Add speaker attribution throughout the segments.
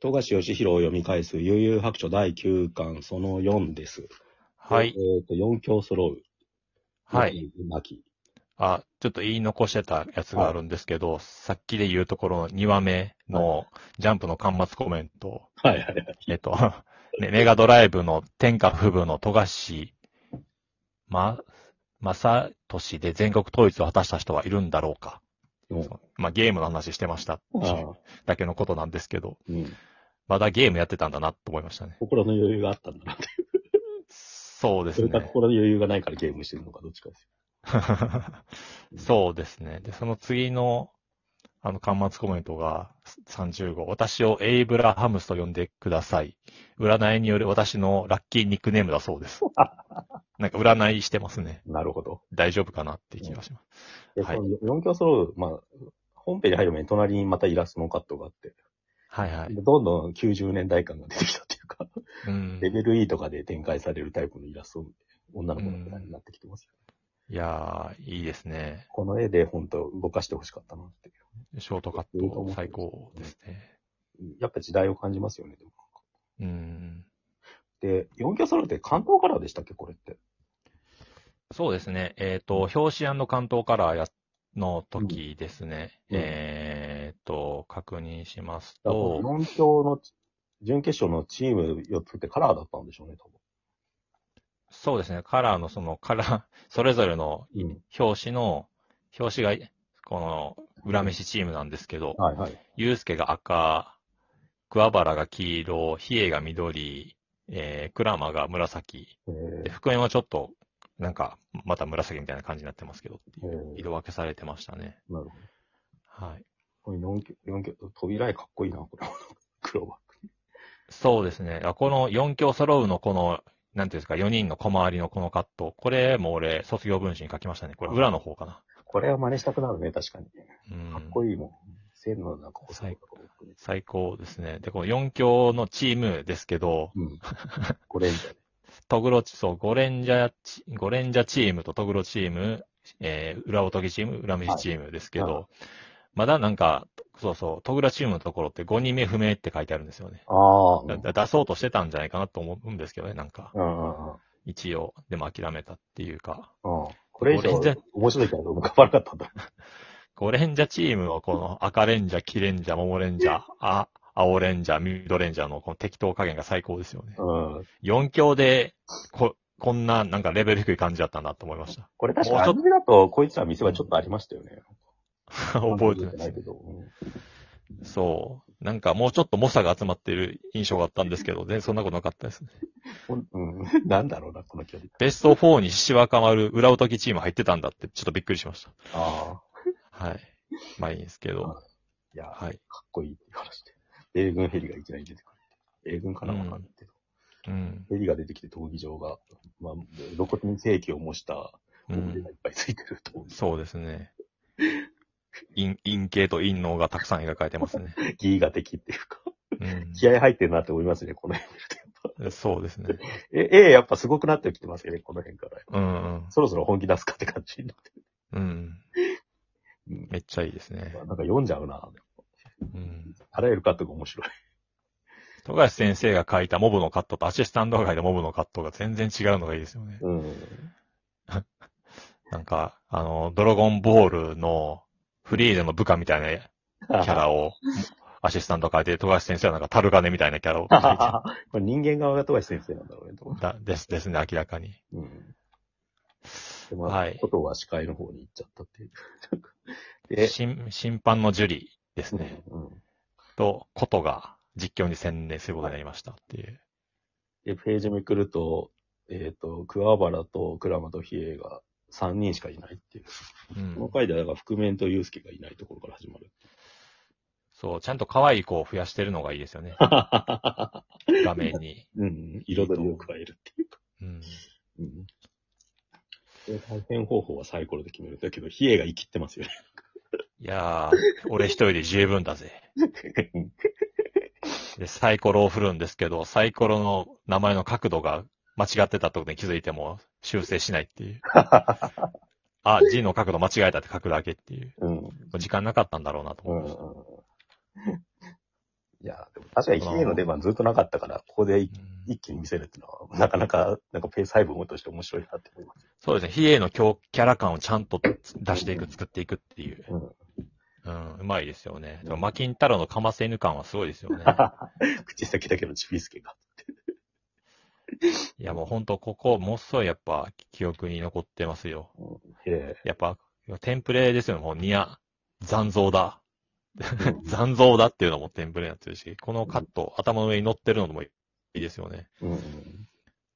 Speaker 1: 富樫義弘を読み返す悠々白書第9巻その4です。
Speaker 2: はい
Speaker 1: え。っ、と、4強揃う。
Speaker 2: はい。。
Speaker 1: なき。
Speaker 2: あ、ちょっと言い残してたやつがあるんですけど、さっきで言うところの2話目のジャンプの端末コメント。
Speaker 1: はいはいはい。
Speaker 2: えっと、 ね、メガドライブの天下不部の富樫、ま、正俊で全国統一を果たした人はいるんだろうか。
Speaker 1: うん
Speaker 2: そうまあ、ゲームの話してました。
Speaker 1: ああ、
Speaker 2: だけのことなんですけど、
Speaker 1: うん。
Speaker 2: まだゲームやってたんだなと思いましたね。
Speaker 1: 心の余裕があったんだなって。
Speaker 2: そうで
Speaker 1: そ
Speaker 2: す
Speaker 1: れか
Speaker 2: ね。
Speaker 1: 心の余裕がないからゲームしてるのか、どっちかですよ。
Speaker 2: そうですね。で、その次の、あの、端末コメントが30号。私をエイブラハムスと呼んでください。占いによる私のラッキーニックネームだそう です。なんか占いしてますね。
Speaker 1: なるほど。
Speaker 2: 大丈夫かなって気がします。
Speaker 1: で、
Speaker 2: はい
Speaker 1: この4強揃う、まあ、本編に入る前に隣にまたイラストのカットがあって、
Speaker 2: はいはい。
Speaker 1: でどんどん90年代感が出てきたっていうか、
Speaker 2: うん
Speaker 1: レ。ベル E とかで展開されるタイプのイラスト、女の子の方になってきてますよ。
Speaker 2: いやー、いいですね。
Speaker 1: この絵で本当動かしてほしかったなって。
Speaker 2: ショートカット最高ですね。
Speaker 1: やっぱ時代を感じますよね、でも。
Speaker 2: うん。
Speaker 1: で、4強揃うって関東カラーでしたっけ、これって。
Speaker 2: そうですね。えっ、と、表紙関東カラーやの時ですね。
Speaker 1: うんうん
Speaker 2: えっ、と、確認します
Speaker 1: だからこ
Speaker 2: と、
Speaker 1: の4強の準決勝のチーム4つってカラーだったんでしょうね、多
Speaker 2: そうですね。カラーのそのカラー、 それぞれの
Speaker 1: 分。うん。
Speaker 2: 表紙の、表紙が、この、裏飯チームなんですけど、
Speaker 1: はいはい。
Speaker 2: ゆうすけが赤、桑原が黄色、比叡が緑、えー、クラマが紫、
Speaker 1: え
Speaker 2: で、福縁はちょっと、なんか、また紫みたいな感じになってますけどって
Speaker 1: ー、え
Speaker 2: いう、
Speaker 1: ー
Speaker 2: 色分けされてましたね。
Speaker 1: なるほど。
Speaker 2: はい。
Speaker 1: これ4強、四強、扉絵かっこいいな、これ。黒は。
Speaker 2: そうですね。あこの4強揃うのこの、なんていうんですか、4人の小回りのこのカット、これも俺、卒業文集に書きましたね。これ、裏の方かな。
Speaker 1: これは真似したくなるね、確かに。
Speaker 2: うん。
Speaker 1: かっこいいもん。線の中細いところが多くね。
Speaker 2: 最高ですね。で、この4強のチームですけど、
Speaker 1: うん。これみたい
Speaker 2: トグロチ、そう、ゴレンジャチ、ゴレンジャチームとトグロチーム、えー、裏おとぎチーム、裏飯チームですけど、
Speaker 1: は
Speaker 2: まだなんか、そうそう、トグラチームのところって5人目不明って書いてあるんですよね。
Speaker 1: な。ああ。
Speaker 2: だだ出そうとしてたんじゃないかなと思うんですけどね、なんか。
Speaker 1: うんうんうん。
Speaker 2: 一応、でも諦めたっていうか。
Speaker 1: うんこれ以
Speaker 2: これじ
Speaker 1: 上
Speaker 2: ゃ、
Speaker 1: 面白いから浮かばなかったんだ。
Speaker 2: ゴレンジャチームはこの赤レンジャー、黄レンジャー、桃レンジャー、あ、青レンジャー、緑レンジャーのこの適当加減が最高ですよね。
Speaker 1: うん。
Speaker 2: 4強で、こ、こんななんかレベル低い感じだったんだと思いま した。
Speaker 1: これ確
Speaker 2: も
Speaker 1: か
Speaker 2: うち
Speaker 1: ア
Speaker 2: ょっ
Speaker 1: ニメだと、こいつら店はちょっとありましたよね。
Speaker 2: 覚えてないで
Speaker 1: な
Speaker 2: す
Speaker 1: いけど。うん
Speaker 2: そう。なんかもうちょっと猛者が集まってる印象があったんですけど、全然そんなことなかったですね。
Speaker 1: ほん うん。なんだろうな、この距離。
Speaker 2: ベスト4にシワかまる裏おときチーム入ってたんだって、ちょっとびっくりしました。
Speaker 1: ああ。
Speaker 2: はい。まあいいんですけど。
Speaker 1: いや、かっ
Speaker 2: はい。
Speaker 1: こいいっていう話で。米軍ヘリがいきなり出てくる。米軍かな
Speaker 2: うん
Speaker 1: わかんないけど。
Speaker 2: うん。
Speaker 1: ヘリが出てきて闘技場が、まあ、露骨に正規を模した、
Speaker 2: う
Speaker 1: お胸
Speaker 2: ん
Speaker 1: が。いっぱいついてると、
Speaker 2: そうですね。陰、陰形と陰能がたくさん描かれてますね。
Speaker 1: ギーが敵っていうか、
Speaker 2: う
Speaker 1: 気合入ってるなって思いますね、この辺見る
Speaker 2: ん。そうです
Speaker 1: と。
Speaker 2: ね。
Speaker 1: え、え、やっぱすごくなってきてますよね、この辺から。
Speaker 2: うん
Speaker 1: そろそろ本気出すかって感じになって
Speaker 2: うん。うん。
Speaker 1: うん
Speaker 2: めっちゃいいですね。
Speaker 1: なんか読んじゃうな。
Speaker 2: うん。
Speaker 1: あらゆるカットが面白い。
Speaker 2: 富樫先生が書いたモブのカットとアシスタントが書いたモブのカットが全然違うのがいいですよね。
Speaker 1: うん。
Speaker 2: なんか、あの、ドラゴンボールのフリーゼの部下みたいなキャ ラを、アシスタント書いて、富樫先生はなんかタルガネみたいなキャラを書い て
Speaker 1: これ人間側が富樫先生なんだろうね、と。
Speaker 2: だですですね、明らかに。
Speaker 1: うん。でも、
Speaker 2: はい
Speaker 1: ことは司会の方に行っちゃったって いう。で、
Speaker 2: 審審判のジュリーですね、
Speaker 1: うん。
Speaker 2: と、ことが実況に専念することになりましたっていう。
Speaker 1: で、ページめくると、えっ、と、桑原と倉間と比叡が3人しかいないっていう。
Speaker 2: う
Speaker 1: この
Speaker 2: ん、
Speaker 1: 回では、だから、覆面と祐介がいないところから始ま る。
Speaker 2: そう、ちゃんと可愛い子を増やしてるのがいいですよね、画面に。
Speaker 1: うん、彩りを加えるっていうか。
Speaker 2: うん、
Speaker 1: うん。で対戦方法はサイコロで決めるんだけど、比叡が生きってますよね。
Speaker 2: いやー、俺一人で十分だぜ。で、サイコロを振るんですけど、サイコロの名前の角度が間違ってたとことに気づいても修正しないっ ていう。あ、字の角度間違えたって書くだけ っていう。
Speaker 1: うん。
Speaker 2: 時間なかったんだろうなと
Speaker 1: う
Speaker 2: 思い
Speaker 1: ん
Speaker 2: ました。
Speaker 1: いや、でも確かにヒゲの出番ずっとなかったから、ここで一一気に見せるっていうのは、な かなか、なんかペース配分をとして面白いなって思い ます。
Speaker 2: そうですね。比叡の強キャラ感をちゃんと出していく、作っていくっていう。
Speaker 1: うん
Speaker 2: うん、うまいですよね。でもマキン太郎のかませ犬感はすごいですよ ね。
Speaker 1: 口先だけのチビスケが。
Speaker 2: いや、もうほんと、ここ、もっそいやっぱ、記憶に残ってますよ。
Speaker 1: え
Speaker 2: やっぱ、テンプレですよね。もう、ニア、残像だ。残像だっていうのもテンプレになってるし、このカット、頭の上に乗ってるのもいいですよね。
Speaker 1: え うん。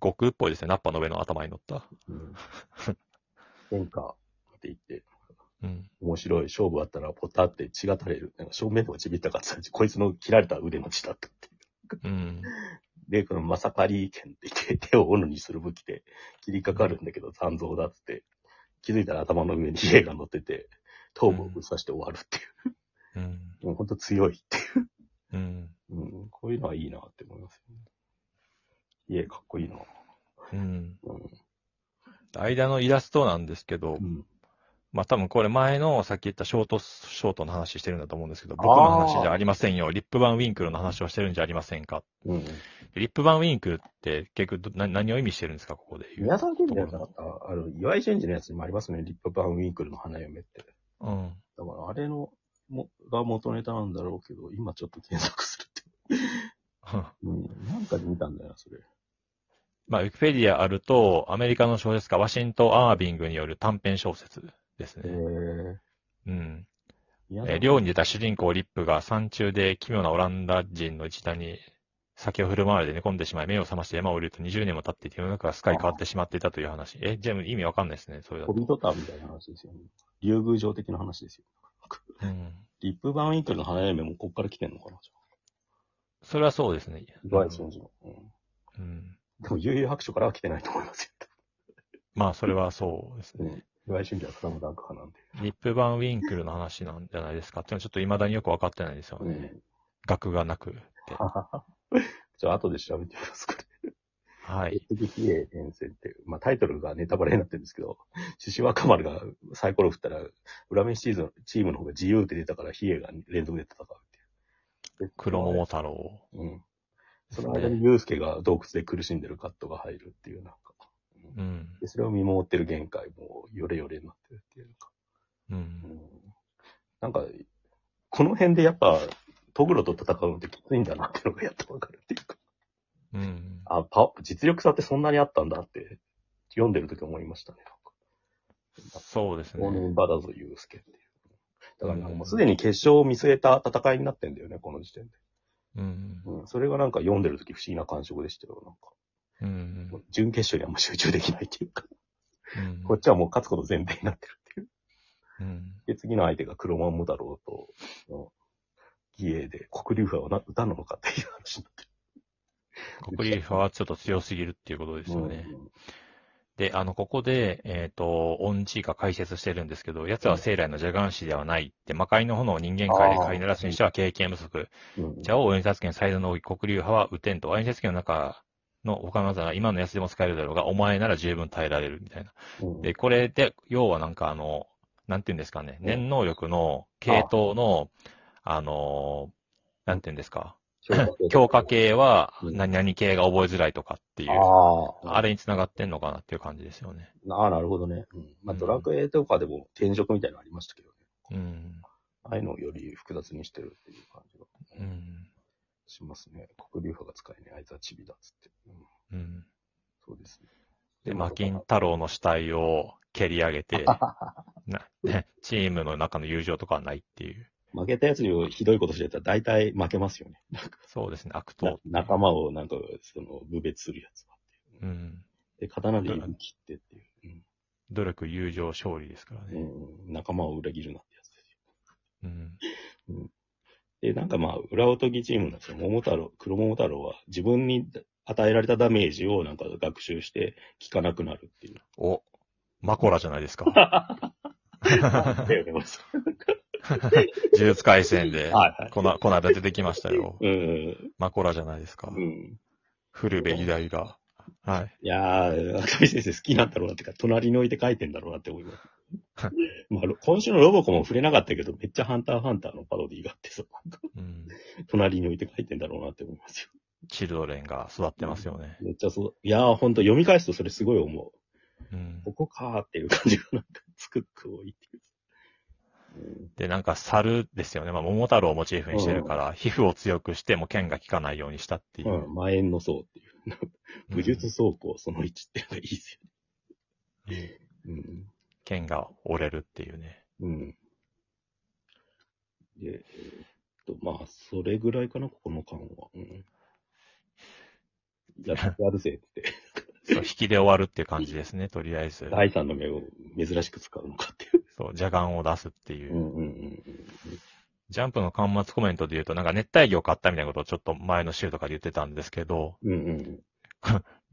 Speaker 2: 悟空っぽいですね。ナッパの上の頭に乗った。
Speaker 1: うん。変化って言って、
Speaker 2: うん。
Speaker 1: 面白い勝負あったらポタって血が垂れる。なんか正面でもちびったかってたし、こいつの切られた腕の血だったって。
Speaker 2: うん。
Speaker 1: で、このマサパリー剣って言って、手 を斧にする武器で切りかかるんだけど、残像だっつって、気づいたら頭の上にヒゲが乗ってて、頭部をぶっ刺して終わるっていう。
Speaker 2: うん。
Speaker 1: もうほんと強いってい
Speaker 2: うん。
Speaker 1: う。うん、こういうのはいいなって思いますよね。ヒゲかっこいいな。
Speaker 2: うん。
Speaker 1: うん
Speaker 2: 間のイラストなんですけど、
Speaker 1: うん。
Speaker 2: まあ多分これ前のさっき言ったショート、ショートの話してるんだと思うんですけど、
Speaker 1: あー
Speaker 2: 僕の話じゃありませんよ。リップバンウィンクルの話をしてるんじゃありませんか。
Speaker 1: うん。
Speaker 2: リップバンウィンクルって結局どな何を意味してるんですか、ここで言う。
Speaker 1: 宮沢賢治のやつだったら、あの、岩井俊二のやつにもありますね。リップバン・ウィンクルの花嫁って。
Speaker 2: うん。
Speaker 1: だから、あれの、も、が元ネタなんだろうけど、今ちょっと検索するって。うん。なんかで見たんだよな、それ。
Speaker 2: まあ、ウィキペディアあると、アメリカの小説家、ワシントン・アービングによる短編小説です
Speaker 1: え
Speaker 2: ね。
Speaker 1: ー、
Speaker 2: うん。
Speaker 1: 宮
Speaker 2: えー
Speaker 1: 沢
Speaker 2: 寮に出た主人公リップが山中で奇妙なオランダ人の一打に酒を振る舞われて寝込んでしまい、目を覚まして山を降りると20年も経っていて世の中がすっかり変わってしまっていたという話。え、全部意味わかんないですね、それだ
Speaker 1: ホ
Speaker 2: と。
Speaker 1: ビートターみたいな話ですよね。竜宮城的な話ですよ。
Speaker 2: うん。
Speaker 1: リップバン・ウィンクルの花嫁もこっから来てんのかなじ
Speaker 2: それはそうですね。
Speaker 1: ゃあ岩井俊二の。うん。
Speaker 2: うん。
Speaker 1: でも、悠々白書からは来てないと思います
Speaker 2: まあ、それはそうです
Speaker 1: よ。う
Speaker 2: ね。
Speaker 1: ん。岩井俊二はスラムダンク派なんで。
Speaker 2: リップ・バン・ウィンクルの話なんじゃないですかっていうのはちょっと未だによくわかってないですよね。
Speaker 1: うん。
Speaker 2: 額がなくて。
Speaker 1: じゃあ、後で調べてみます、これ。
Speaker 2: はい。
Speaker 1: エ比叡伝線っていう、まあタイトルがネタバレになってるんですけど、獅子若丸がサイコロ振ったら、裏面シーズン、チームの方が自由って出たから、比叡が連続で戦うっていう。
Speaker 2: 黒桃太郎。
Speaker 1: うん。
Speaker 2: で
Speaker 1: そ
Speaker 2: すね
Speaker 1: の間にユ介スケが洞窟で苦しんでるカットが入るっていう、なんか。
Speaker 2: うん。
Speaker 1: で、それを見守ってる限界も、ヨレヨレになってるっていうか。
Speaker 2: う。
Speaker 1: うんん。なんか、この辺でやっぱ、トグロと戦うのってきついんだなっていうのがやっとわかるっていうか。
Speaker 2: うん。
Speaker 1: あ、パ、実力差ってそんなにあったんだって、読んでる時思いましたね。
Speaker 2: そうです
Speaker 1: オー
Speaker 2: ね。
Speaker 1: バダズユースケっていう。だからなんかもううんすでに決勝を見据えた戦いになってんだよね、この時点で。
Speaker 2: うん。
Speaker 1: うん。それがなんか読んでる時不思議な感触でしたよ、なんか。
Speaker 2: うん。
Speaker 1: 準決勝にあんま集中できないっていうか、
Speaker 2: うん
Speaker 1: こっちはもう勝つこと前提になってるっていう。
Speaker 2: うん。
Speaker 1: で、次の相手が黒マモだろうと、うん義英で黒竜派はな歌なのかっていう話になって
Speaker 2: 国立派はちょっと強すぎるっていうことですよ
Speaker 1: る。
Speaker 2: ね。で、あの、ここで、えっ、と、恩師が解説してるんですけど、奴は生来の邪眼師ではないって、魔界の炎を人間界で飼いならすにしては経験不足。
Speaker 1: うん。うん。
Speaker 2: じゃあ、応援殺権最大の多い黒竜派は雨天と、応援殺権の中の他の技なら今のやつでも使えるだろうが、お前なら十分耐えられるみたいな。
Speaker 1: うん
Speaker 2: で、これで、要はなんかあの、なんていうんですかね、
Speaker 1: うん
Speaker 2: 念能力の系統の、あのー、なんていうんですか、強化。系は
Speaker 1: うん
Speaker 2: 何々系が覚えづらいとかっていう、
Speaker 1: ああ。
Speaker 2: あれに繋がってんのかなっていう感じですよね。
Speaker 1: ああ、なるほどね。うん。まあ、
Speaker 2: うん
Speaker 1: ドラクエとかでも転職みたいなのありましたけどね。
Speaker 2: うん。
Speaker 1: ああいうのをより複雑にしてるっていう感じが
Speaker 2: うん。
Speaker 1: しますね。黒竜派が使えねえ、あいつはチビだっつって。うん、
Speaker 2: うん。
Speaker 1: そうですね。
Speaker 2: で、マキン太郎の死体を蹴り上げて、なね、チームの中の友情とかはないっていう。
Speaker 1: 負けたやつにひどいことしてたら大体負けますよね。
Speaker 2: そうですね、悪
Speaker 1: な
Speaker 2: 党。
Speaker 1: 仲間をなんか、その、部別するやつは。
Speaker 2: うん。
Speaker 1: で、刀で指切ってっていう。
Speaker 2: 努力、友情、勝利ですから
Speaker 1: う
Speaker 2: ね。
Speaker 1: ん。うん、仲間を裏切るなってやつです
Speaker 2: うん。
Speaker 1: よ。で、なんかまあ、裏おとぎチームなんですよ。桃太郎、黒桃太郎は自分に与えられたダメージをなんか学習して効かなくなるっていう。
Speaker 2: お、マコラじゃないですか。
Speaker 1: だよね、俺そ
Speaker 2: 呪術回
Speaker 1: れ
Speaker 2: 戦で、
Speaker 1: はいはい。
Speaker 2: この、この間出てきましたよ。
Speaker 1: うん。
Speaker 2: マコラじゃないですか。
Speaker 1: うん。
Speaker 2: 古部義大が。はい。
Speaker 1: いやー、赤井先生好きなんだろうなってか、隣に置いて書いてんだろうなって 思います。まあ、今週のロボコも触れなかったけど、めっちゃハンターハンターのパロディーがあってさ、なんか
Speaker 2: うん。
Speaker 1: 隣に置いて書いてんだろうなって思いますよ。
Speaker 2: チルドレンが育ってますよね。
Speaker 1: めっちゃそう。いやー、ほんと読み返すとそれすごい思う。
Speaker 2: うん
Speaker 1: ここかーっていう感じがなんかつくっく多いっていう。
Speaker 2: で、なんか猿ですよね。まあ、桃太郎をモチーフにしてるから、皮膚を強くしても剣が効かないようにしたっていう。
Speaker 1: うん、うん、魔縁の層っていう。
Speaker 2: うん
Speaker 1: 武術走行その1っていうのがいいです
Speaker 2: うん
Speaker 1: よね。うん。
Speaker 2: 剣が折れるっていうね。
Speaker 1: うん。で、えーっと、まあ、それぐらいかな、ここの間は。うん。や やるぜって。
Speaker 2: そう引きで終わるっていう感じですね、とりあえず。
Speaker 1: 第三の目を珍しく使うのかっていう。
Speaker 2: そう、邪眼を出すっていうう。
Speaker 1: んうんうん
Speaker 2: ジャンプの端末コメントで言うと、なんか熱帯魚を買ったみたいなことをちょっと前の週とかで言ってたんですけど、
Speaker 1: うん。うんうん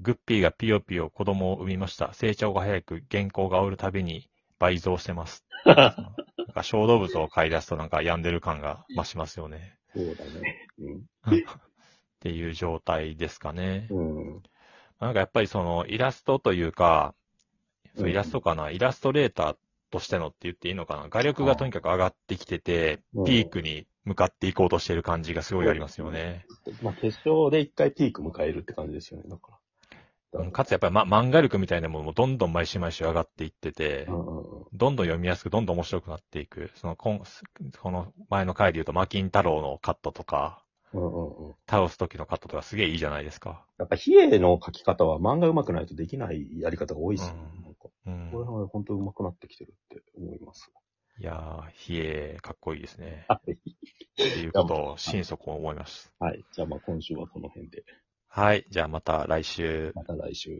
Speaker 2: グッピーがピヨピヨ子供を産みました。成長が早く、原稿が折るたびに倍増して ます。なんか小動物を飼い出すとなんか病んでる感が増しますよね。
Speaker 1: うん。そうだね。
Speaker 2: っていう状態ですかね
Speaker 1: う。ん。うん。
Speaker 2: なんかやっぱりそのイラストというか、そうイラストかな、イラストレーターとしてのって言っていいのかな。画力がとにかく上がってきてて、
Speaker 1: うん
Speaker 2: ピークに向かっていこうとしてる感じがすごいありますよね。
Speaker 1: まあ、決勝で一回ピーク迎えるって感じですよね、だから。
Speaker 2: うんかつやっぱり、ま、漫画力みたいなものもどんどん毎週毎週上がっていってて
Speaker 1: う、んうんうん
Speaker 2: どんどん読みやすく、どんどん面白くなっていく。その、こんこの前の回で言うと、マキン太郎のカットとか、
Speaker 1: うんうんうん。
Speaker 2: 倒す時のカットとかすげえいいじゃないですか。
Speaker 1: やっぱ、比叡の書き方は漫画上手くないとできないやり方が多いですよね。
Speaker 2: うん
Speaker 1: なんかこ
Speaker 2: う
Speaker 1: れ
Speaker 2: ん。
Speaker 1: は本当上手くなってきてるって思います。
Speaker 2: いやー、ひえ、かっこいいですね。
Speaker 1: はい。
Speaker 2: っていうことを心底思います。
Speaker 1: はい。じゃあまあ今週はこの辺で。
Speaker 2: はい。じゃあまた来週。
Speaker 1: また来週。